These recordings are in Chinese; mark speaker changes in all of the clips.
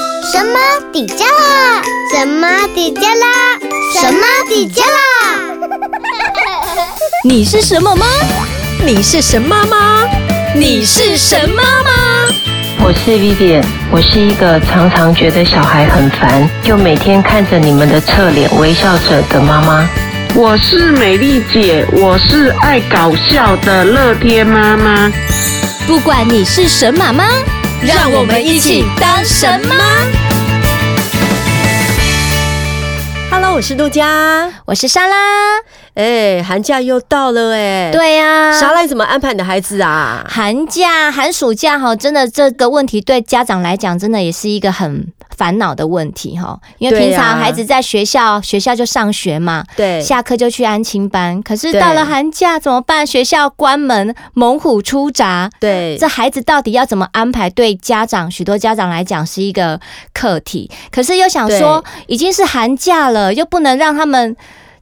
Speaker 1: 什么底加啦？什么底加啦？什么底加 啦？
Speaker 2: 你是什么吗？你是神妈吗？你是神妈吗？
Speaker 3: 我是 Vivian，我是一个常常觉得小孩很烦，又每天看着你们的侧脸微笑着的妈妈。
Speaker 4: 我是美丽姐，我是爱搞笑的乐天妈妈。
Speaker 2: 不管你是神妈妈，让我们一起当神妈。
Speaker 5: Hello，我是杜佳。
Speaker 2: 我是莎拉，
Speaker 5: 哎、寒假又到了哎、，
Speaker 2: 对呀、
Speaker 5: 莎拉你怎么安排你的孩子啊？
Speaker 2: 寒假、寒暑假哈，真的这个问题对家长来讲，真的也是一个很烦恼的问题哈。因为
Speaker 5: 对
Speaker 2: 平常
Speaker 5: 啊
Speaker 2: 孩子在学校，学校就上学嘛，
Speaker 5: 对
Speaker 2: 下课就去安亲班。可是
Speaker 5: 对
Speaker 2: 到了寒假怎么办？学校关门，猛虎出闸。
Speaker 5: 对
Speaker 2: 这孩子到底要怎么安排？对家长，许多家长来讲是一个课题。可是又想说，已经是寒假了，又不能让他们，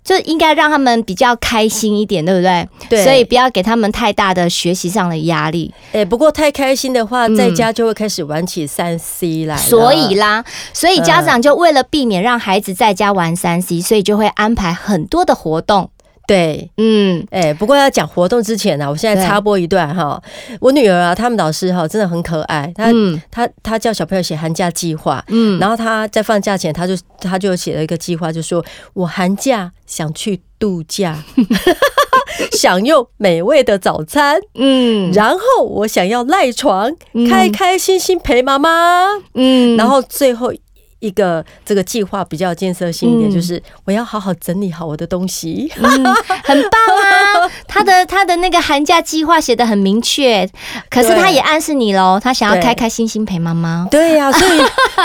Speaker 2: 就应该让他们比较开心一点，对不对？
Speaker 5: 对
Speaker 2: 所以不要给他们太大的学习上的压力。
Speaker 5: 哎、不过太开心的话，
Speaker 2: 嗯
Speaker 5: 在家就会开始玩起三 C 来了
Speaker 2: 所以啦，所以家长哎嗯就为了避免让孩子在家玩三 C，所以就会安排很多的活动。
Speaker 5: 对。
Speaker 2: 嗯，
Speaker 5: 哎、不过要讲活动之前呢、啊，我现在
Speaker 2: 对
Speaker 5: 插播一段哈。我女儿啊，他们老师哈、真的很可爱，她、
Speaker 2: 嗯
Speaker 5: 她她叫小朋友写寒假计划，
Speaker 2: 嗯
Speaker 5: 然后她在放假前，她就她就写了一个计划，就说我寒假想去度 假，享用美味的早餐，
Speaker 2: 嗯
Speaker 5: 然后我想要赖床，
Speaker 2: 嗯
Speaker 5: 开开心心陪妈妈。
Speaker 2: 嗯
Speaker 5: 然后最后一个这个计划比较建设性一点，
Speaker 2: 嗯
Speaker 5: 就是我要好好整理好我的东西。
Speaker 2: 嗯，很棒啊！他的他的那个寒假计划写的很明确，可是
Speaker 5: 对
Speaker 2: 他也暗示你喽，他想要
Speaker 5: 对
Speaker 2: 开开心心陪妈妈。
Speaker 5: 对呀、所 以，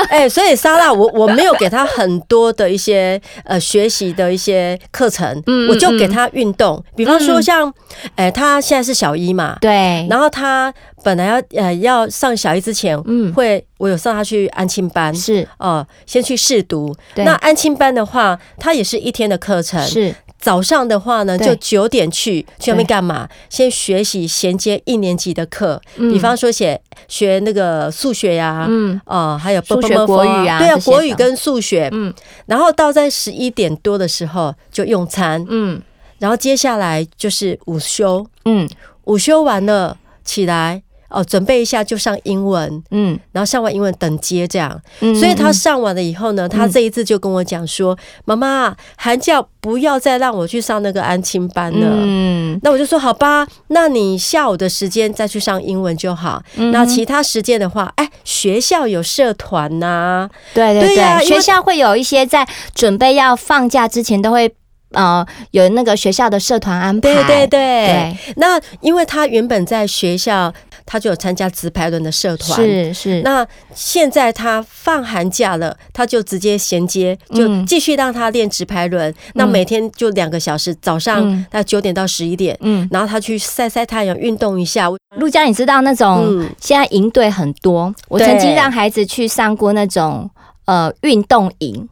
Speaker 5: 哎、所以莎拉，我我没有给她很多的一些呃学习的一些课程，
Speaker 2: 嗯嗯
Speaker 5: 我就给她运动，比方说
Speaker 2: 嗯
Speaker 5: 像，哎、她现在是小一嘛，
Speaker 2: 对，
Speaker 5: 然后她本来要呃要上小一之前，
Speaker 2: 嗯
Speaker 5: 会我有送她去安亲班，
Speaker 2: 是
Speaker 5: 哦，先去试读。
Speaker 2: 对
Speaker 5: 那安亲班的话，它也是一天的课程。
Speaker 2: 是，
Speaker 5: 早上的话呢，
Speaker 2: 对
Speaker 5: 就九点去，去那边
Speaker 2: 对
Speaker 5: 干嘛？先学习衔接一年级的课，
Speaker 2: 嗯
Speaker 5: 比方说写学那个数学呀、
Speaker 2: 嗯
Speaker 5: 哦，还有
Speaker 2: 数学
Speaker 5: bubble
Speaker 2: 国
Speaker 5: bubble
Speaker 2: 语啊
Speaker 5: 对啊
Speaker 2: 这，些
Speaker 5: 国语
Speaker 2: 的
Speaker 5: 跟数学，
Speaker 2: 嗯
Speaker 5: 然后到在十一点多的时候就用餐，
Speaker 2: 嗯
Speaker 5: 然后接下来就是午休，
Speaker 2: 嗯
Speaker 5: 午休完了起来哦，准备一下就上英文，
Speaker 2: 嗯
Speaker 5: 然后上完英文等接这样，
Speaker 2: 嗯，
Speaker 5: 所以他
Speaker 2: 嗯
Speaker 5: 上完了以后呢，他这一次就跟我讲说：“妈妈，寒假不要再让我去上那个安亲班了。
Speaker 2: 嗯
Speaker 5: 那我就说：“好吧，那你下午的时间再去上英文就好。
Speaker 2: 嗯
Speaker 5: 那其他时间的话，哎，学校有社团呐、
Speaker 2: 对对对，
Speaker 5: 对呀因为
Speaker 2: 学校会有一些在准备要放假之前都会呃有那个学校的社团安排，
Speaker 5: 对对对。
Speaker 2: 对，
Speaker 5: 那因为他原本在学校，他就有参加直排轮的社团。
Speaker 2: 是是，
Speaker 5: 那现在他放寒假了，他就直接衔接，就
Speaker 2: 嗯
Speaker 5: 继续让他练直排轮。那每天就两个小时，早上
Speaker 2: 嗯
Speaker 5: 他九点到十一点，
Speaker 2: 嗯，
Speaker 5: 然后他去晒晒太阳，运动一下。
Speaker 2: 陆佳，你知道那种、
Speaker 5: 嗯
Speaker 2: 现在营队很多，我
Speaker 5: 对
Speaker 2: 曾经让孩子去上过那种呃运动营，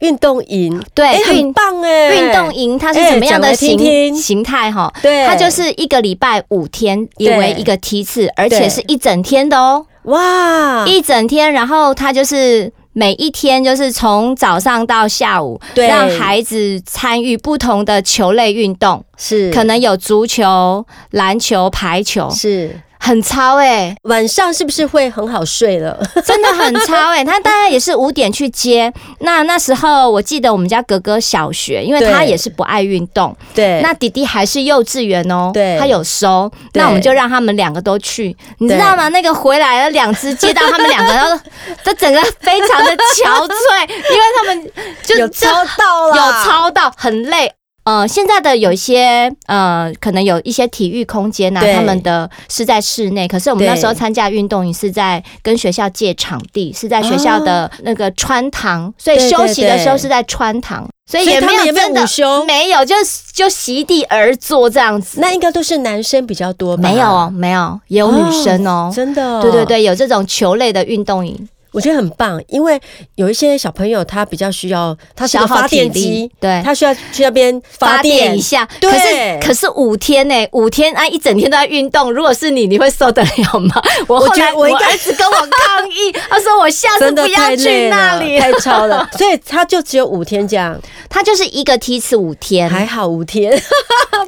Speaker 5: 运动营，
Speaker 2: 对
Speaker 5: 哎，，
Speaker 2: 运
Speaker 5: 很棒哎，
Speaker 2: 运动营它是什么样的
Speaker 5: 哎讲来
Speaker 2: 形、
Speaker 5: 听听
Speaker 2: 形态哈？
Speaker 5: 对
Speaker 2: 它就是一个礼拜五天也为一个梯次，而且是一整天的哦，
Speaker 5: 哇，
Speaker 2: 一整天。然后它就是每一天就是从早上到下午，
Speaker 5: 对
Speaker 2: 让孩子参与不同的球类运动，
Speaker 5: 是
Speaker 2: 可能有足球、篮球、排球，
Speaker 5: 是
Speaker 2: 很超哎、
Speaker 5: 晚上是不是会很好睡了？
Speaker 2: 真的很超哎、他大概也是五点去接。那那时候我记得我们家哥哥小学，因为
Speaker 5: 对
Speaker 2: 他也是不爱运动，
Speaker 5: 对，
Speaker 2: 那弟弟还是幼稚园哦，
Speaker 5: 对
Speaker 2: 他有收，
Speaker 5: 对
Speaker 2: 那我们就让他们两个都去，你知
Speaker 5: 对
Speaker 2: 道吗？那个回来了，两只接到他们两个， 然后这整个非常的憔悴，因为他们就
Speaker 5: 有
Speaker 2: 就
Speaker 5: 超到了，
Speaker 2: 有操到，很累。呃，现在的有一些呃，可能有一些体育空间呐、
Speaker 5: 对
Speaker 2: 他们的是在室内。可是我们
Speaker 5: 对
Speaker 2: 那时候参加运动营是在跟学校借场地，是在学校的那个穿堂，所以
Speaker 5: 啊对对
Speaker 2: 休息的时候
Speaker 5: 对
Speaker 2: 是在穿堂，所以
Speaker 5: 所以
Speaker 2: 也
Speaker 5: 他
Speaker 2: 没有
Speaker 5: 们也没有
Speaker 2: 真的
Speaker 5: 午休
Speaker 2: 没有，就就席地而坐这样子。
Speaker 5: 那应该都是男生比较多吧？
Speaker 2: 没有哦，没有，也有
Speaker 5: 哦，
Speaker 2: 啊女生哦。
Speaker 5: 真的哦，
Speaker 2: 对对对，有这种球类的运动营，
Speaker 5: 我觉得很棒，因为有一些小朋友他比较需要，他需要
Speaker 2: 消耗
Speaker 5: 发电
Speaker 2: 体力
Speaker 5: 机，
Speaker 2: 对
Speaker 5: 他需要去那边
Speaker 2: 发
Speaker 5: 发
Speaker 2: 电
Speaker 5: 电
Speaker 2: 一下，
Speaker 5: 对，
Speaker 2: 可是可是五天呢、五天啊，一整天都在运动。如果是你，你会受得了 吗？我后
Speaker 5: 觉
Speaker 2: 来
Speaker 5: 得我应该
Speaker 2: 儿子跟我抗 议，他说我下次
Speaker 5: 真
Speaker 2: 不
Speaker 5: 的太
Speaker 2: 要去
Speaker 5: 累
Speaker 2: 那
Speaker 5: 了，
Speaker 2: 里。
Speaker 5: 太超了，所以他就只有五天假，
Speaker 2: 他就是一个梯次五天，
Speaker 5: 还好五天，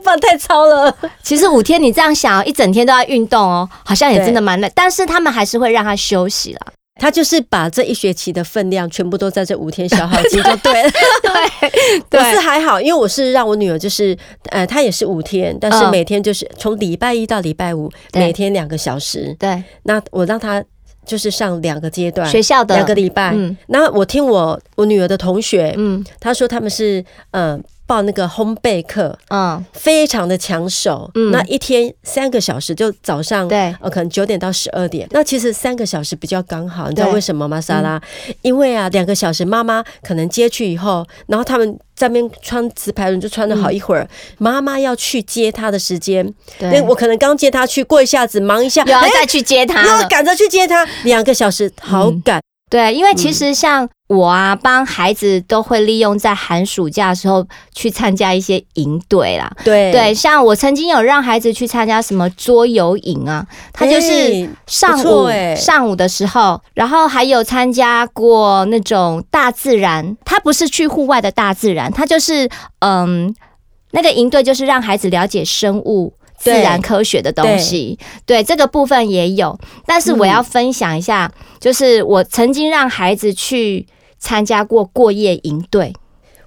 Speaker 5: 不然太超了。
Speaker 2: 其实五天你这样想，哦一整天都在运动哦，好像也真的蛮累。但是他们还是会让他休息啦。
Speaker 5: 他就是把这一学期的分量全部都在这五天消耗尽，就 对了。
Speaker 2: 对
Speaker 5: 我是还好，因为我是让我女儿就是，呃，她也是五天，但是
Speaker 2: 嗯
Speaker 5: 每天就是从礼拜一到礼拜五，
Speaker 2: 对
Speaker 5: 每天两个小时。
Speaker 2: 对
Speaker 5: 那我让她就是上两个阶段，
Speaker 2: 学校的
Speaker 5: 两个礼拜。
Speaker 2: 嗯
Speaker 5: 那我听我我女儿的同学，
Speaker 2: 嗯
Speaker 5: 她说他们是呃报那个烘焙课，
Speaker 2: 嗯
Speaker 5: 非常的抢手。
Speaker 2: 嗯
Speaker 5: 那一天三个小时，就早上
Speaker 2: 对
Speaker 5: 呃，可能九点到十二点。那其实三个小时比较刚好，你知道
Speaker 2: 对嗯
Speaker 5: 为什么吗？莎拉，因为啊，两个小时妈妈可能接去以后，然后他们在那边穿直排轮就穿了好一会儿，妈妈要去接他的时间，那
Speaker 2: 嗯对，
Speaker 5: 我可能刚接他去，过一下子忙一下，
Speaker 2: 又要
Speaker 5: 哎
Speaker 2: 再去接他
Speaker 5: 又要
Speaker 2: 了。
Speaker 5: 赶着去接他，两个小时好
Speaker 2: 嗯
Speaker 5: 赶。
Speaker 2: 对，因为其实像我啊，帮孩子都会利用在寒暑假的时候去参加一些营队啦。
Speaker 5: 对
Speaker 2: 对，像我曾经有让孩子去参加什么桌游营啊，他就是
Speaker 5: 哎
Speaker 2: 上午、
Speaker 5: 不错哎
Speaker 2: 上午的时候，然后还有参加过那种大自然，他不是去户外的大自然，他就是嗯，那个营队就是让孩子了解生物。自
Speaker 5: 对
Speaker 2: 然科学的东西，对这个部分也有，但是
Speaker 5: 嗯
Speaker 2: 我要分享一下，就是我曾经让孩子去参加过过夜营队，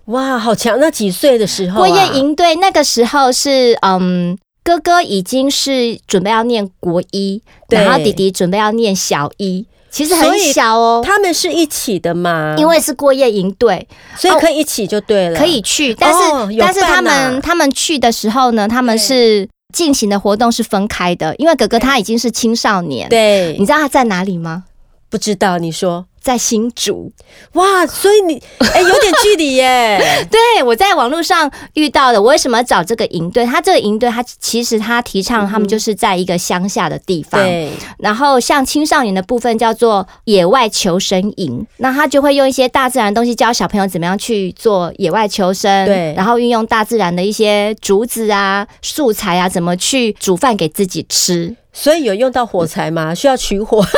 Speaker 5: 哇，好强！那几岁的时候、
Speaker 2: 过
Speaker 5: 啊
Speaker 2: 夜，营队那个时候是，嗯，哥哥已经是准备要念国一，
Speaker 5: 对
Speaker 2: 然后弟弟准备要念小一，其实很
Speaker 5: 所以
Speaker 2: 小哦，
Speaker 5: 他们是一起的嘛？
Speaker 2: 因为是过夜营队，
Speaker 5: 所以可以一起就对了，
Speaker 2: 可以去，但是、
Speaker 5: 有
Speaker 2: 但是他
Speaker 5: 伴啊
Speaker 2: 们他们去的时候呢，他们是进行的活动是分开的，因为哥哥他已经是青少年，，
Speaker 5: 对，
Speaker 2: 你知道他在哪里吗？
Speaker 5: 不知道你说
Speaker 2: 在新竹，
Speaker 5: 哇，所
Speaker 2: ，
Speaker 5: 以你哎、有点距离耶
Speaker 2: 对我在网络上遇到的。我为什么找这个营队？他这个营队，他其实他提
Speaker 5: 嗯
Speaker 2: 倡他们就是在一个乡下的地方，
Speaker 5: 对，
Speaker 2: 然后像青少年的部分叫做野外求生营，那他就会用一些大自然的东西教小朋友怎么样去做野外求生，
Speaker 5: 对
Speaker 2: 然后运用大自然的一些竹子啊、素材啊，怎么去煮饭给自己吃。
Speaker 5: 所以有用到火柴
Speaker 2: 嗯
Speaker 5: 吗？需要取火？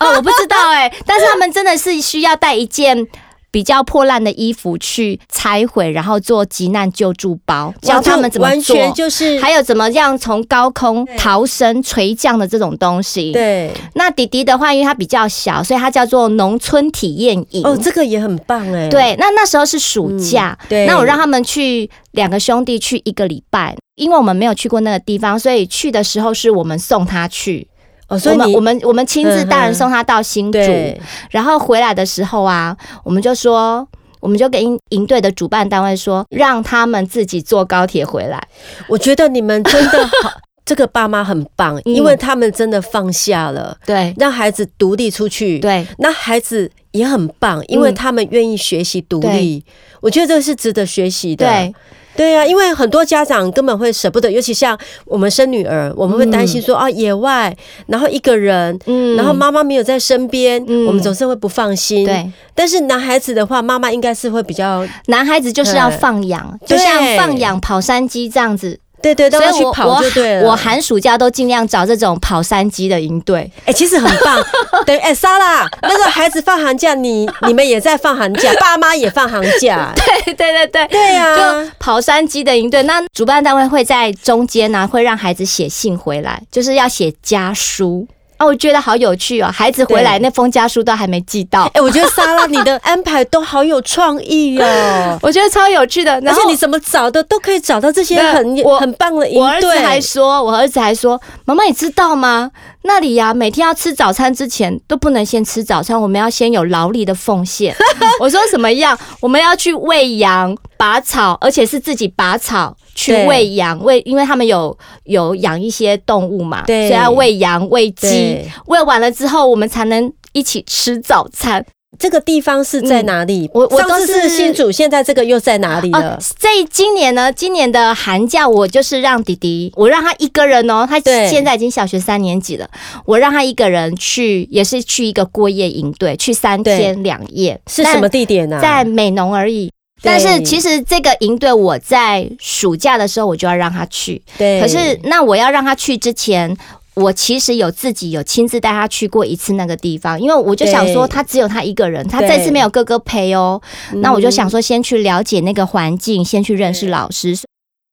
Speaker 2: 哦，我不知道哎、但是他们真的是需要带一件。比较破烂的衣服去拆毁，然后做急难救助包， 教他们怎么
Speaker 5: 完
Speaker 2: 做，
Speaker 5: 全就是
Speaker 2: 还有怎么样从高空逃生、垂降的这种东西。
Speaker 5: 对
Speaker 2: 那弟弟的话，因为他比较小，所以他叫做农村体验营。
Speaker 5: 哦，这个也很棒
Speaker 2: 嗯
Speaker 5: 哎，，
Speaker 2: 对，那那时候是暑假，
Speaker 5: 嗯对
Speaker 2: 那我让他们去两个兄弟去一个礼拜，因为我们没有去过那个地方，所以去的时候是我们送他去，
Speaker 5: 哦，所以
Speaker 2: 我们
Speaker 5: 你
Speaker 2: 我们我们亲自
Speaker 5: 嗯哼
Speaker 2: 大人送他到新竹，
Speaker 5: 对
Speaker 2: 然后回来的时候啊，我们就说。我们就给营营队的主办单位说，让他们自己坐高铁回来。
Speaker 5: 我觉得你们真的好， 这个爸妈很棒，
Speaker 2: 嗯
Speaker 5: 因为他们真的放下了，
Speaker 2: 对
Speaker 5: 让孩子独立出去，，
Speaker 2: 对，
Speaker 5: 那孩子。也很棒，因为
Speaker 2: 嗯
Speaker 5: 他们愿意学习独立，我觉得这是值得学习的。
Speaker 2: 对，
Speaker 5: 对啊，因为很多家长根本会舍不得，尤其像我们生女儿，我们会担心说、啊，野外，然后一个人，
Speaker 2: 嗯
Speaker 5: 然后妈妈没有在身边，
Speaker 2: 嗯
Speaker 5: 我们总是会不放心。
Speaker 2: 对，
Speaker 5: 但是男孩子的话，妈妈应该是会比较，
Speaker 2: 男孩子就是要
Speaker 5: 对
Speaker 2: 放养，就
Speaker 5: 对
Speaker 2: 像放养跑山鸡这样子，
Speaker 5: 对对，让
Speaker 2: 所
Speaker 5: 他
Speaker 2: 以
Speaker 5: 去
Speaker 2: 我
Speaker 5: 跑就对了。
Speaker 2: 我我寒暑假都尽量找这种跑山鸡的营 队，
Speaker 5: 哎、其实很棒。等于哎，莎拉，那个孩子放寒假，你你们也在放寒 假，爸妈也放寒假。
Speaker 2: 对对对对，
Speaker 5: 对啊
Speaker 2: 就，跑山鸡的营队。那主办单位会在中间呢、会让孩子写信回来，就是要写家书。哦，我觉得好有趣哦！孩子回来
Speaker 5: 对
Speaker 2: 那封家书都还没寄到
Speaker 5: 哎、，我觉得莎拉你的安排都好有创意哦。
Speaker 2: 我觉得超有趣的。
Speaker 5: 而
Speaker 2: 然
Speaker 5: 且
Speaker 2: 后
Speaker 5: 你怎么找的都可以找到这些
Speaker 2: 那
Speaker 5: 很
Speaker 2: 我
Speaker 5: 很棒的营
Speaker 2: 我儿子
Speaker 5: 队，
Speaker 2: 还说，我儿子还说，妈妈你知道吗？那里呀、每天要吃早餐之前都不能先吃早餐，我们要先有劳力的奉献。 我说什么样？我们要去喂羊、拔草，而且是自己拔草去
Speaker 5: 对
Speaker 2: 喂羊，喂，因为他们有有养一些动物嘛，所
Speaker 5: 对
Speaker 2: 以要喂羊、喂鸡
Speaker 5: 对。
Speaker 2: 喂完了之后，我们才能一起吃早餐。
Speaker 5: 这个地方是在哪里？
Speaker 2: 嗯我我
Speaker 5: 上
Speaker 2: 都
Speaker 5: 次
Speaker 2: 是
Speaker 5: 是新竹，现在这个又在哪里了
Speaker 2: 哦，？这今年呢，今年的寒假我就是让弟弟，我让他一个人哦，他
Speaker 5: 对
Speaker 2: 现在已经小学三年级了，我让他一个人去，也是去一个过夜营队，去三
Speaker 5: 对
Speaker 2: 天两夜，
Speaker 5: 是什么地点呢、啊？
Speaker 2: 在美浓而已。但是其实这个营队我在暑假的时候我就要让他去，
Speaker 5: 对，
Speaker 2: 可是那我要让他去之前。我其实有自己有亲自带他去过一次那个地方，因为我就想说
Speaker 5: 对
Speaker 2: 他只有他一个人，他
Speaker 5: 对
Speaker 2: 这次没有哥哥陪哦。那我就想说先去了解那个环境，先去认识老师。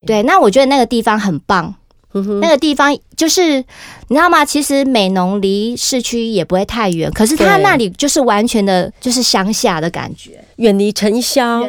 Speaker 2: 对，那我觉得那个地方很棒，
Speaker 5: 嗯哼
Speaker 2: 那个地方就是你知道吗？其实美浓离市区也不会太远，可是它
Speaker 5: 对
Speaker 2: 那里就是完全的就是乡下的感觉。
Speaker 5: 远离尘嚣，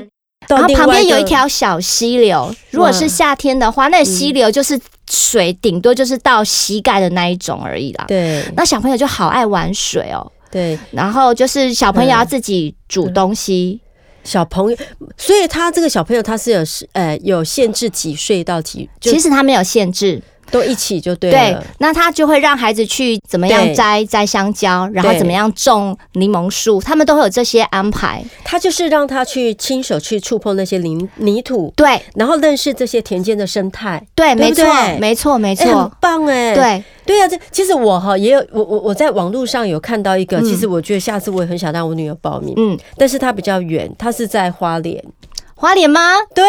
Speaker 5: 到
Speaker 2: 然后
Speaker 5: 另
Speaker 2: 旁
Speaker 5: 外
Speaker 2: 边
Speaker 5: 一
Speaker 2: 有
Speaker 5: 个嗯
Speaker 2: 一条小溪流，如果是夏天的话，那溪流就是水顶多就是到膝盖的那一种而已啦。
Speaker 5: 对
Speaker 2: 那小朋友就好爱玩水哦，
Speaker 5: 对
Speaker 2: 然后就是小朋友要自己煮东
Speaker 5: 嗯
Speaker 2: 西，
Speaker 5: 小朋友，所以他这个小朋友他是有是呃有限制几岁到几，就
Speaker 2: 其实他没有限制，
Speaker 5: 都一起就对
Speaker 2: 对
Speaker 5: 了。，
Speaker 2: 那他就会让孩子去怎么样
Speaker 5: 对
Speaker 2: 摘摘香蕉，然后
Speaker 5: 对
Speaker 2: 怎么样种柠檬树，他们都会有这些安排。
Speaker 5: 他就是让他去亲手去触碰那些泥泥土，
Speaker 2: 对
Speaker 5: 然后认识这些田间的生态。
Speaker 2: 对，
Speaker 5: 对
Speaker 2: 没
Speaker 5: 不
Speaker 2: 错
Speaker 5: 对，
Speaker 2: 没错，没
Speaker 5: 哎、很
Speaker 2: 错，
Speaker 5: 棒哎、
Speaker 2: 对，
Speaker 5: 对啊，这其实我哈也有我我我在网络上有看到一个，其实我觉得下次我也很想让我女儿报名，
Speaker 2: 嗯，
Speaker 5: 但是她比较远，她是在花莲。
Speaker 2: 花莲吗？
Speaker 5: 对，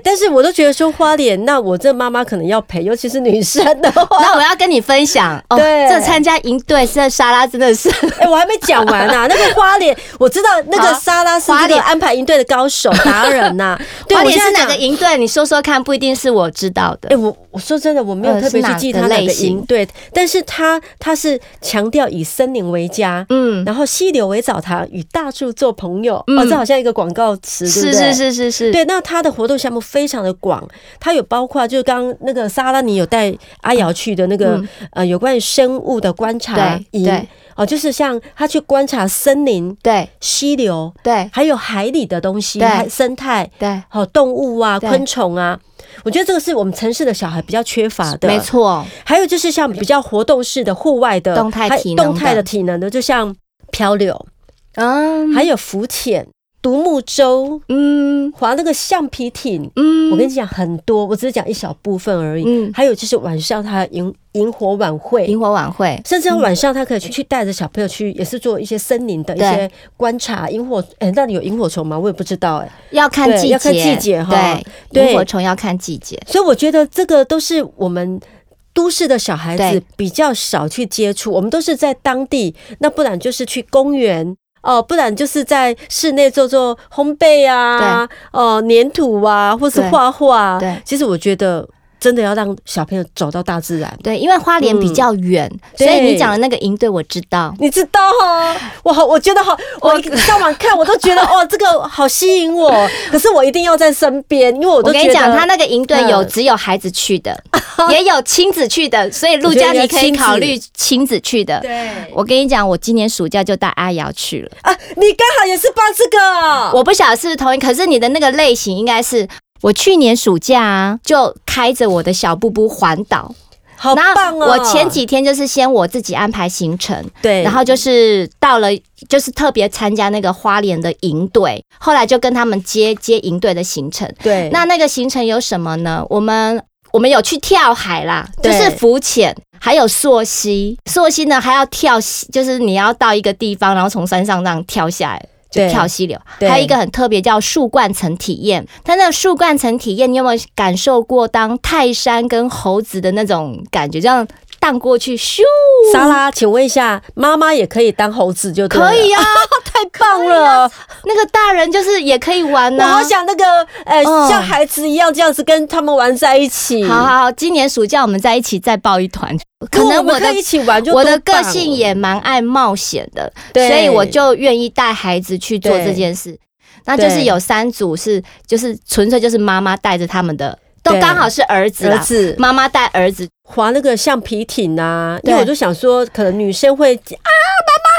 Speaker 5: 但是我都觉得说花莲，那我这妈妈可能要陪，尤其是女生的话。
Speaker 2: 那我要跟你分享哦，
Speaker 5: 对
Speaker 2: 这参加营队这沙拉真的是
Speaker 5: 哎、我还没讲完呢、那个花莲，我知道那个
Speaker 2: 好
Speaker 5: 莎拉是
Speaker 2: 花
Speaker 5: 这个
Speaker 2: 莲
Speaker 5: 安排营队的高手达人呐、 对，
Speaker 2: 花
Speaker 5: 我
Speaker 2: 莲
Speaker 5: 现
Speaker 2: 是
Speaker 5: 在
Speaker 2: 哪个
Speaker 5: 讲？
Speaker 2: 营队？你说说看，不一定是我知道的。
Speaker 5: 哎、我我说真的，我没有
Speaker 2: 呃
Speaker 5: 特别
Speaker 2: 是
Speaker 5: 去
Speaker 2: 哪
Speaker 5: 记
Speaker 2: 个
Speaker 5: 他哪
Speaker 2: 类
Speaker 5: 个营
Speaker 2: 型
Speaker 5: 队，但是他他是强调以森林为家，
Speaker 2: 嗯，
Speaker 5: 然后溪流为澡堂，与大树做朋友。
Speaker 2: 嗯
Speaker 5: 哦，这好像一个广告词，对
Speaker 2: 是
Speaker 5: 不
Speaker 2: 是
Speaker 5: 对？
Speaker 2: 是是是，
Speaker 5: 对，那它的活动项目非常的广，它有包括就是刚刚那个莎拉，你有带阿瑶去的那个、
Speaker 2: 嗯
Speaker 5: 呃有关于生物的观察
Speaker 2: 对
Speaker 5: 营
Speaker 2: 对
Speaker 5: 哦，就是像他去观察森林、
Speaker 2: 对
Speaker 5: 溪流，
Speaker 2: 对
Speaker 5: 还有海里的东西、
Speaker 2: 对
Speaker 5: 还生态，
Speaker 2: 对，
Speaker 5: 还有动物啊、
Speaker 2: 对
Speaker 5: 昆虫啊，我觉得这个是我们城市的小孩比较缺乏的，
Speaker 2: 没。错，
Speaker 5: 还有就是像比较活动式的户外的
Speaker 2: 动态
Speaker 5: 还
Speaker 2: 体能
Speaker 5: 动态
Speaker 2: 的
Speaker 5: 的体能的，就像漂流，
Speaker 2: 嗯，
Speaker 5: 还有浮潜、独木舟、
Speaker 2: 嗯
Speaker 5: 划那个橡皮艇。
Speaker 2: 嗯，
Speaker 5: 我跟你讲很多，我只是讲一小部分而已。
Speaker 2: 嗯
Speaker 5: 还有就是晚上他萤萤火晚会
Speaker 2: 萤，火晚会，
Speaker 5: 甚至他晚上他可以去去带着小朋友去，也是做一些森林的一些
Speaker 2: 对
Speaker 5: 观察萤火。哎、那里有萤火虫吗？我也不知道哎、
Speaker 2: 要看
Speaker 5: 对
Speaker 2: 季节，
Speaker 5: 要看季节哈
Speaker 2: 对，
Speaker 5: 对
Speaker 2: 萤火虫要看季节，
Speaker 5: 所以我觉得这个都是我们。都市的小孩子
Speaker 2: 对
Speaker 5: 比较少去接触，我们都是在当地，那不然就是去公园哦，不然就是在室内做做烘焙啊，哦，粘土啊，或是
Speaker 2: 对
Speaker 5: 画画啊。
Speaker 2: 对
Speaker 5: 其实我觉得真的要让小朋友走到大自然。
Speaker 2: 对，因为花莲比较远，所以
Speaker 5: 嗯对
Speaker 2: 你讲的那个营队我知道。
Speaker 5: 你知道哦，我好，我觉得好，我一上网看我都 觉得哦，这个好吸引我。可是我一定要在身边，因为我
Speaker 2: 我
Speaker 5: 都
Speaker 2: 跟
Speaker 5: 觉得
Speaker 2: 你讲，他那个营队有
Speaker 5: 嗯
Speaker 2: 只有孩子去 的，也有亲子去的，所以陆
Speaker 5: 我觉
Speaker 2: 家
Speaker 5: 得
Speaker 2: 你可
Speaker 5: 亲
Speaker 2: 以
Speaker 5: 子
Speaker 2: 考虑亲子去的。
Speaker 5: 对
Speaker 2: 我跟你讲，我今年暑假就带阿瑶去了。
Speaker 5: 啊，你刚好也是报这个，啊
Speaker 2: 我不晓得是不是同一，可是你的那个类型应该是。我去年暑假啊，就开着我的小布布环岛，
Speaker 5: 好棒哦！
Speaker 2: 我前几天就是先我自己安排行程，
Speaker 5: 对，
Speaker 2: 然后就是到了，就是特别参加那个花莲的营队，后来就跟他们接接营队的行程。
Speaker 5: 对，
Speaker 2: 那那个行程有什么呢？我们我们有去跳海啦，
Speaker 5: 对
Speaker 2: 就是浮潜，还有溯溪。溯溪呢还要跳溪，就是你要到一个地方，然后从山上这样跳下来。就
Speaker 5: 对
Speaker 2: 跳溪流，
Speaker 5: 对
Speaker 2: 还有一个很特别叫树冠层体验。它那个树冠层体验，你有没有感受过当泰山跟猴子的那种感觉？这样荡过去，咻，
Speaker 5: 莎拉，请问一下，妈妈也可以当猴子就对了
Speaker 2: 可以啊，
Speaker 5: 太棒了！
Speaker 2: 那个大人就是也可以玩啊
Speaker 5: 我
Speaker 2: 呐、
Speaker 5: 好想那个，呃，
Speaker 2: 嗯
Speaker 5: 像孩子一样这样子跟他们玩在一起。
Speaker 2: 好好好，今年暑假我们在一起再报一团，
Speaker 5: 如
Speaker 2: 可
Speaker 5: 果
Speaker 2: 能
Speaker 5: 我们
Speaker 2: 我的
Speaker 5: 可以一起玩就
Speaker 2: 我的
Speaker 5: 多棒
Speaker 2: 个性也蛮爱冒险的，
Speaker 5: 对
Speaker 2: 所以我就愿意带孩子去做
Speaker 5: 对
Speaker 2: 这件事。那就是有三组是，就是纯粹就是妈妈带着他们的，都
Speaker 5: 对
Speaker 2: 刚好是儿子
Speaker 5: 儿
Speaker 2: 啦，
Speaker 5: 子哦
Speaker 2: 妈妈带儿子，
Speaker 5: 划那个橡皮艇啊，因
Speaker 2: 对
Speaker 5: 为我就想说，可能女生会啊，妈妈好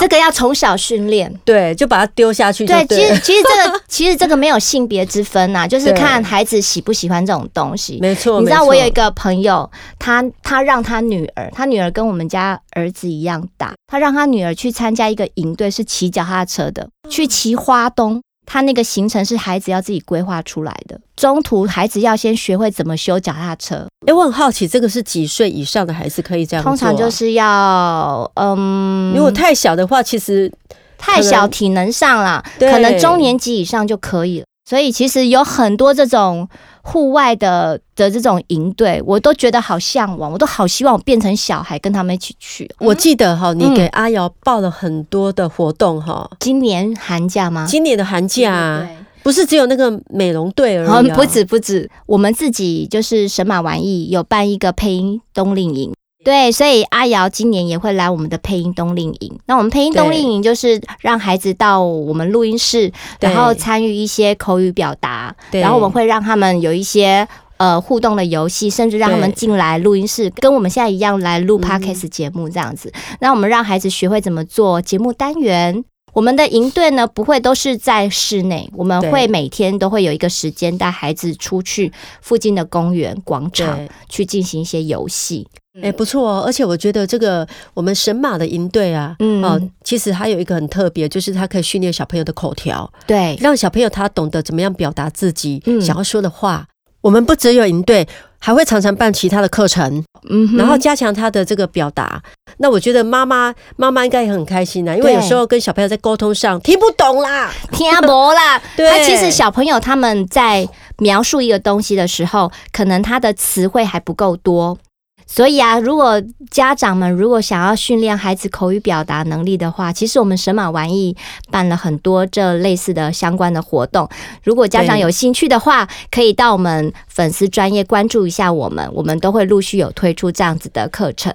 Speaker 2: 这个要从小训练。
Speaker 5: 对，就把它丢下去就
Speaker 2: 对，其
Speaker 5: 对
Speaker 2: 实
Speaker 5: 了。
Speaker 2: 其实这个 其实这个没有性别之分呐、啊就是
Speaker 5: 对
Speaker 2: 看孩子喜不喜欢这种东西。
Speaker 5: 没错，
Speaker 2: 你知道
Speaker 5: 没错
Speaker 2: 我有一个朋友，他他让他女儿，他女儿跟我们家儿子一样大，他让他女儿去参加一个营队，是骑脚踏车的，去骑花东。他那个行程是孩子要自己规划出来的，中途孩子要先学会怎么修脚踏车，
Speaker 5: 哎，我很好奇，这个是几岁以上的孩子可以这样做
Speaker 2: 通
Speaker 5: 啊？
Speaker 2: 常就是要嗯，
Speaker 5: 如果太小的话，其实
Speaker 2: 太小体能上啦，
Speaker 5: 对
Speaker 2: 可能中年级以上就可以了。所以其实有很多这种户外的的这种营队，我都觉得好向往，我都好希望我变成小孩跟他们一起去。
Speaker 5: 我记得哈，你
Speaker 2: 嗯
Speaker 5: 给阿瑶报了很多的活动哈。
Speaker 2: 今年寒假吗？
Speaker 5: 今年的寒假啊不是只有那个美容队而
Speaker 2: 然后
Speaker 5: 已啊，
Speaker 2: 不止不止，我们自己就是神马玩意有办一个配音冬令营。对，所以阿瑶今年也会来我们的配音冬令营。那我们配音冬令营就是让孩子到我们录音室，
Speaker 5: 对
Speaker 2: 然后参与一些口语表达，
Speaker 5: 对
Speaker 2: 然后我们会让他们有一些呃互动的游戏，甚至让他们
Speaker 5: 对嗯
Speaker 2: 进来录音室，跟我们现在一样来录 podcast 节目这样子。那我们让孩子学会怎么做节目单元。我们的营队呢，不会都是在室内，我们
Speaker 5: 对
Speaker 2: 会每天都会有一个时间带孩子出去附近的公园、广场
Speaker 5: 对
Speaker 2: 去进行一些游戏。
Speaker 5: 哎、不错哦，而且我觉得这个我们神马的营队啊，
Speaker 2: 嗯
Speaker 5: 哦，其实还有一个很特别，就是它可以训练小朋友的口条，
Speaker 2: 对，
Speaker 5: 让小朋友他懂得怎么样表达自己、
Speaker 2: 嗯
Speaker 5: 想要说的话。我们不只有营队，还会常常办其他的课程，
Speaker 2: 嗯哼，
Speaker 5: 然后加强他的这个表达。那我觉得妈妈妈妈应该也很开心啊啦，因为有时候跟小朋友在沟通上听不懂啦，
Speaker 2: 听不啦。
Speaker 5: 对
Speaker 2: 他其实小朋友他们在描述一个东西的时候，可能他的词汇还不够多。所以啊，如果家长们如果想要训练孩子口语表达能力的话，其实我们神马玩意办了很多这类似的相关的活动。如果家长
Speaker 5: 对
Speaker 2: 有兴趣的话，可以到我们粉丝专业关注一下我们，我们都会陆续有推出这样子的课程。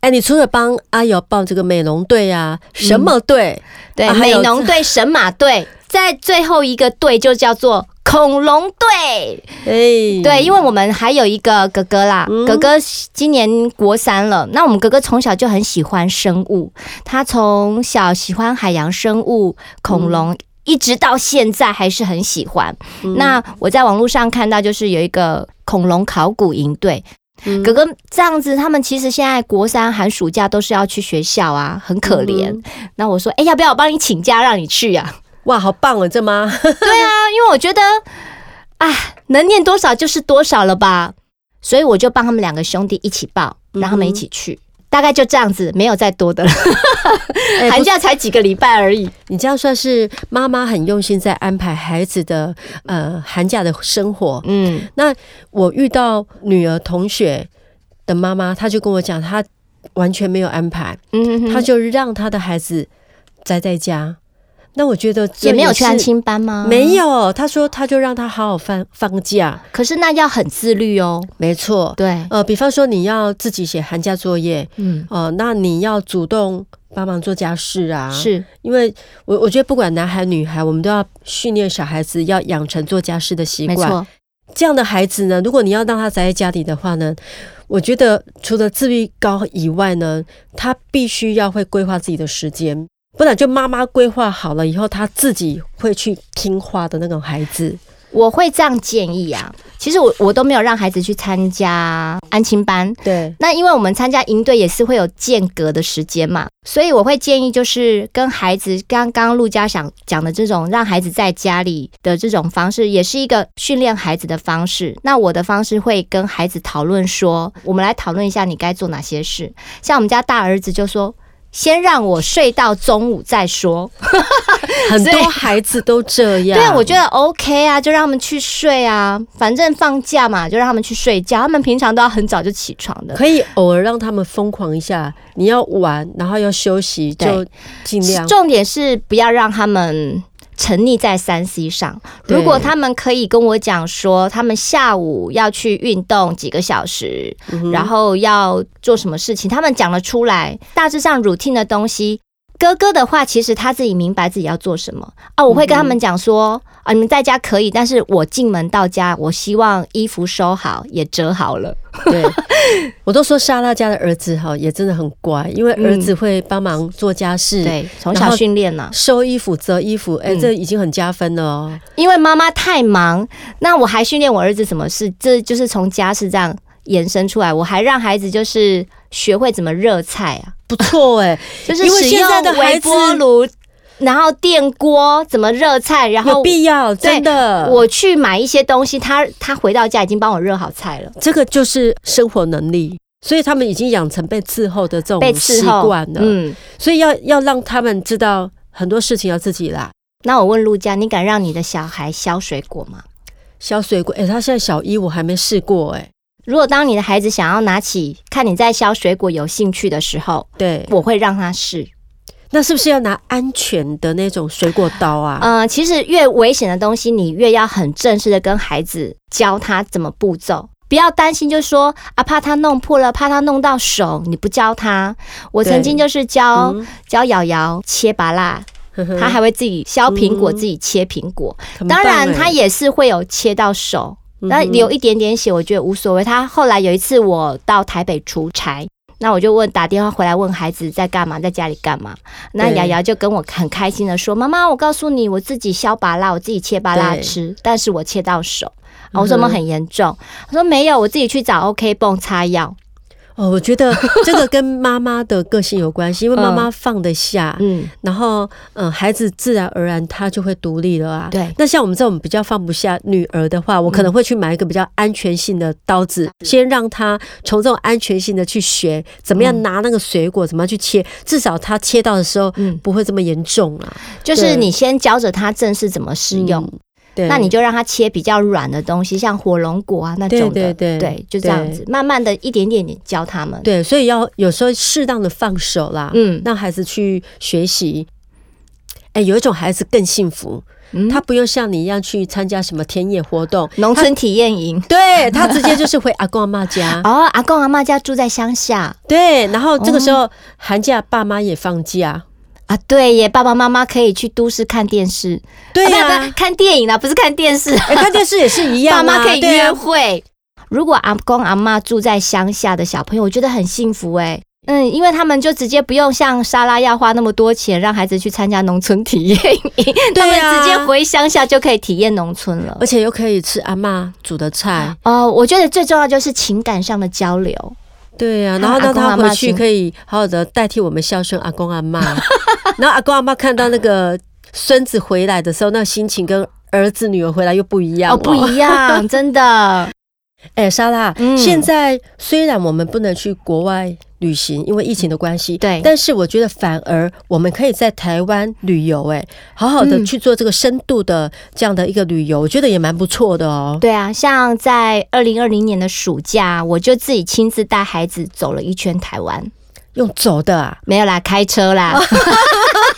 Speaker 5: 哎，你除了帮阿瑶报这个美容队啊，
Speaker 2: 嗯
Speaker 5: 什么队？
Speaker 2: 对，
Speaker 5: 啊还
Speaker 2: 美
Speaker 5: 有
Speaker 2: 农队、神马队，在最后一个队就叫做恐龙队。
Speaker 5: 哎、
Speaker 2: 对，因为我们还有一个哥哥啦，哥哥今年国三了。那我们哥哥从小就很喜欢生物，他从小喜欢海洋生物、恐龙。一直到现在还是很喜欢。那我在网络上看到，就是有一个恐龙考古营队，
Speaker 5: 嗯
Speaker 2: 哥哥这样子，他们其实现在国三寒暑假都是要去学校啊，很可怜。那我说，哎、要不要我帮你请假让你去啊呀、
Speaker 5: 哇，好棒哦，这妈。
Speaker 2: 啊，因为我觉得，啊，能念多少就是多少了吧，所以我就帮他们两个兄弟一起报，
Speaker 5: 嗯
Speaker 2: 让他们一起去。大概就这样子，没有再多的了。
Speaker 5: 哎
Speaker 2: 寒假才几个礼拜而已。
Speaker 5: 你这样算是妈妈很用心在安排孩子的呃寒假的生活。
Speaker 2: 嗯，
Speaker 5: 那我遇到女儿同学的妈妈，她就跟我讲，她完全没有安排，
Speaker 2: 嗯，
Speaker 5: 她就让她的孩子宅在家。那我觉得这
Speaker 2: 也没有
Speaker 5: 是
Speaker 2: 去安亲班吗？
Speaker 5: 没。有，她说她就让她好好放放假，
Speaker 2: 可是那要很自律哦。
Speaker 5: 没错。
Speaker 2: 对，
Speaker 5: 呃，比方说你要自己写寒假作业，
Speaker 2: 嗯，
Speaker 5: 哦、那你要主动帮忙做家事啊，
Speaker 2: 是
Speaker 5: 因为我我觉得不管男孩女孩，我们都要训练小孩子要养成做家事的习
Speaker 2: 没
Speaker 5: 惯。
Speaker 2: 错。
Speaker 5: 这样的孩子呢，如果你要让他宅在家里的话呢，我觉得除了自律高以外呢，他必须要会规划自己的时间，不然就妈妈规划好了以后，他自己会去听话的那种孩子。
Speaker 2: 我会这样建议啊。其实我我都没有让孩子去参加安亲班，
Speaker 5: 对，
Speaker 2: 那因为我们参加营队也是会有间隔的时间嘛，所以我会建议就是跟孩子刚刚陆家想讲的这种让孩子在家里的这种方式，也是一个训练孩子的方式。那我的方式会跟孩子讨论说，我们来讨论一下你该做哪些事。像我们家大儿子就说。先让我睡到中午再说。
Speaker 5: 很
Speaker 2: 所以
Speaker 5: 多孩子都这 样。
Speaker 2: 对，我觉得 OK 啊，就让他们去睡啊，反正放假嘛，就让他们去睡觉。他们平常都要很早就起床的，
Speaker 5: 可以偶尔让他们疯狂一下，你要玩，然后要休息，就
Speaker 2: 对
Speaker 5: 尽量
Speaker 2: 重点是不要让他们沉溺在三 C 上。
Speaker 5: 对
Speaker 2: 如果他们可以跟我讲说，他们下午要去运动几个小时，
Speaker 5: 嗯
Speaker 2: 然后要做什么事情，他们讲了出来，大致上 routine 的东西。哥哥的话，其实他自己明白自己要做什么啊。我
Speaker 5: 嗯
Speaker 2: 会跟他们讲说、啊，你们在家可以，但是我进门到家，我希望衣服收好也折好了。
Speaker 5: 对， 我都说莎拉家的儿子哈也真的很乖，因为儿子会帮忙做家事，
Speaker 2: 对，从
Speaker 5: 然
Speaker 2: 小
Speaker 5: 后
Speaker 2: 训练啊呐，
Speaker 5: 收衣服、折衣服，哎、
Speaker 2: 嗯
Speaker 5: 这已经很加分了哦。
Speaker 2: 因为妈妈太忙，那我还训练我儿子什么事，这就是从家是这样延伸出来。我还让孩子就是学会怎么热菜啊，
Speaker 5: 不错哎、
Speaker 2: 就是
Speaker 5: 因为
Speaker 2: 使
Speaker 5: 现在的
Speaker 2: 用
Speaker 5: 孩
Speaker 2: 微波
Speaker 5: 子
Speaker 2: 炉，然后电锅怎么热菜，然
Speaker 5: 有啊
Speaker 2: 后
Speaker 5: 必要，
Speaker 2: 对
Speaker 5: 真的。
Speaker 2: 我去买一些东西，他他回到家已经帮我热好菜了，
Speaker 5: 这个就是生活能力，所以他们已经养成被伺候的这
Speaker 2: 被
Speaker 5: 种习
Speaker 2: 伺候
Speaker 5: 惯了。
Speaker 2: 嗯，
Speaker 5: 所以要要让他们知道很多事情要自己来。
Speaker 2: 那我问陆佳，你敢让你的小孩削水果吗？
Speaker 5: 削水果，哎、他现在小一，我还没试过、哎，
Speaker 2: 如果当你的孩子想要拿起看你在削水果有兴趣的时候，
Speaker 5: 对，
Speaker 2: 我会让他试。
Speaker 5: 那是不是要拿安全的那种水果刀啊？
Speaker 2: 呃，其实越危险的东西，你越要很正式的跟孩子教他怎么步骤，不要担心，就说啊，怕他弄破了，怕他弄到手，你不教他。我
Speaker 5: 对嗯
Speaker 2: 曾经就是教、教瑶瑶切拔辣，他呃还会自己削苹
Speaker 5: 嗯
Speaker 2: 果，自己切苹果。
Speaker 5: 很棒
Speaker 2: 当
Speaker 5: 嗯
Speaker 2: 然，
Speaker 5: 哎
Speaker 2: 他也是会有切到手，那流一点点血，我觉得无所谓。他后来有一次我到台北出差。那我就问打电话回来问孩子在干嘛，在家里干嘛？那
Speaker 5: 对
Speaker 2: 瑶瑶就跟我很开心的说：“妈妈，我告诉你，我自己削芭辣，我自己切芭辣
Speaker 5: 对嗯
Speaker 2: 吃，但是我切到手。啊”我说：“我们很严重。她说：“没有，我自己去找 OK 泵擦药。
Speaker 5: 哦，我觉得这个跟妈妈的个性有关系，因为妈妈放得下”，
Speaker 2: 嗯，
Speaker 5: 然后嗯，孩子自然而然他就会独立了啊。
Speaker 2: 对嗯
Speaker 5: 那像我们这种比较放不下女儿的话，我可能会去买一个比较安全性的刀子，先让她从这种安全性的去学怎么
Speaker 2: 嗯
Speaker 5: 样拿那个水果，怎么样去切，至少她切到的时候
Speaker 2: 嗯
Speaker 5: 不会这么严重啊。
Speaker 2: 就是
Speaker 5: 对嗯
Speaker 2: 你先教着他正式怎么使用，
Speaker 5: 对，
Speaker 2: 那你就让他切比较软的东西，像火龙果啊那种的，
Speaker 5: 对对对
Speaker 2: 就这样子，慢慢的一点点点教他们。
Speaker 5: 对，所以要有时候适当的放手啦，
Speaker 2: 嗯
Speaker 5: 让孩子去学习。哎，有一种孩子更幸福，
Speaker 2: 嗯
Speaker 5: 他不用像你一样去参加什么田野活动，
Speaker 2: 农村体验营。。
Speaker 5: 对他直接就是回阿公阿妈家
Speaker 2: 哦，阿公阿妈家住在乡下
Speaker 5: 对，然后这个时候、寒假爸妈也放假，
Speaker 2: 哦啊，对耶，爸爸妈妈可以去都市看电视，
Speaker 5: 对
Speaker 2: 啊不
Speaker 5: 呀、
Speaker 2: 不看电影啦，不是看电视，
Speaker 5: 哎看电视也是一样、
Speaker 2: 爸
Speaker 5: 啊，
Speaker 2: 妈可以
Speaker 5: 对
Speaker 2: 约
Speaker 5: 啊
Speaker 2: 会。如果阿公阿妈住在乡下的小朋友，我觉得很幸福哎。嗯，因为他们就直接不用像莎拉要花那么多钱让孩子去参加农村体验营，
Speaker 5: 对
Speaker 2: 他
Speaker 5: 啊
Speaker 2: 们直接回乡下就可以体验农村了
Speaker 5: 而。且又可以吃阿妈煮的菜，
Speaker 2: 哦，我觉得最重要就是情感上的交流。
Speaker 5: 对呀、
Speaker 2: 和
Speaker 5: 然后
Speaker 2: 啊
Speaker 5: 让
Speaker 2: 阿公
Speaker 5: 他
Speaker 2: 阿
Speaker 5: 回
Speaker 2: 嬷
Speaker 5: 去
Speaker 2: 亲
Speaker 5: 可以好好的代替我们孝顺阿公阿 妈，然后阿公阿妈看到那个孙子回来的时候，那心情跟儿子女儿回来又不一样
Speaker 2: 哦，不一。样，真 的。
Speaker 5: 哎、莎拉，
Speaker 2: 嗯
Speaker 5: 现在虽然我们不能去国外旅行，因为疫情的关系，
Speaker 2: 对
Speaker 5: 但是我觉得反而我们可以在台湾旅游，哎，好好的
Speaker 2: 嗯
Speaker 5: 去做这个深度的这样的一个旅游，我觉得也蛮不错的哦。
Speaker 2: 对啊，像在二零二零年的暑假，我就自己亲自带孩子走了一圈台湾，
Speaker 5: 用走的啊，
Speaker 2: 没有啦，开车啦。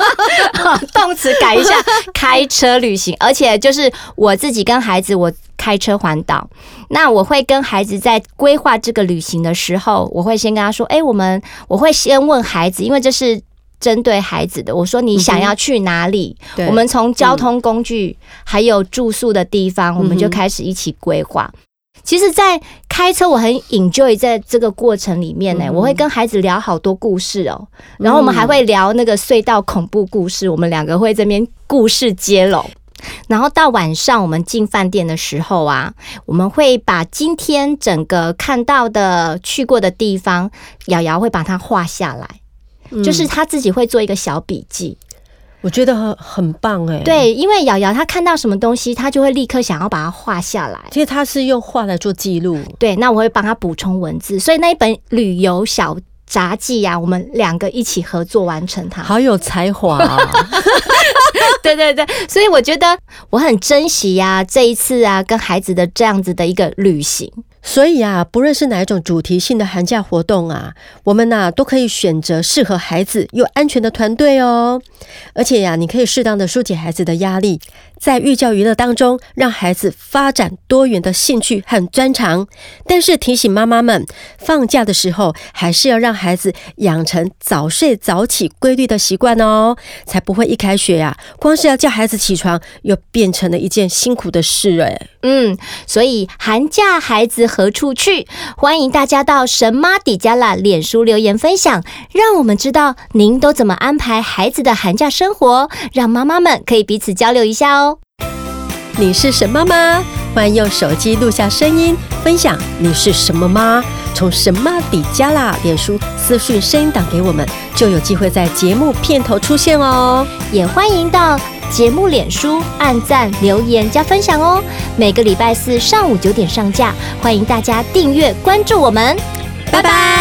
Speaker 2: 动词改一下，开车旅行，而且就是我自己跟孩子，我开车环岛。那我会跟孩子在规划这个旅行的时候，我会先跟他说：“哎、我们我会先问孩子，因为这是针对孩子的。我说你想要去哪里？
Speaker 5: 对
Speaker 2: 我们从交通工具、还有住宿的地方，我们就开始一起规划。其实，在开车我很 enjoy 在这个过程里面呢、我会跟孩子聊好多故事哦、然后我们还会聊那个隧道恐怖故事，我们两个会这边故事接龙。然后到晚上我们进饭店的时候啊，我们会把今天整个看到的、去过的地方，瑶瑶会把它画下来，就是她自己会做一个小笔记。
Speaker 5: 我觉得很很棒哎。，
Speaker 2: 对，因为瑶瑶她看到什么东西，她就会立刻想要把它画下来。
Speaker 5: 其实他是用画来做记录，
Speaker 2: 对，那我会帮她补充文字，所以那一本旅游小杂记呀、啊，我们两个一起合作完成它。
Speaker 5: 好有才华、啊。
Speaker 2: 对对对，所以啊我觉得我很珍惜呀、这一次啊，跟孩子的这样子的一个旅行。
Speaker 5: 所以啊，不论是哪一种主题性的寒假活动啊，我们呐、都可以选择适合孩子又安全的团队哦。而且呀、你可以适当的疏解孩子的压力，在寓教于乐当中，让孩子发展多元的兴趣和专长。但是提醒妈妈们，放假的时候还是要让孩子养成早睡早起规律的习惯哦，才不会一开学呀、光是要叫孩子起床，又变成了一件辛苦的事哎、
Speaker 2: 嗯，所以寒假孩子何处去？欢迎大家到神妈底加啦脸书留言分享，让我们知道您都怎么安排孩子的寒假生活，让妈妈们可以彼此交流一下哦。
Speaker 5: 你是神妈吗？欢迎用手机录下声音，分享你是什么妈？从神妈底加啦脸书私讯声音档给我们，就有机会在节目片头出现哦。
Speaker 2: 也欢迎到节目脸书按赞、留言加分享哦。每个礼拜四上午九点上架，欢迎大家订阅关注我们，拜拜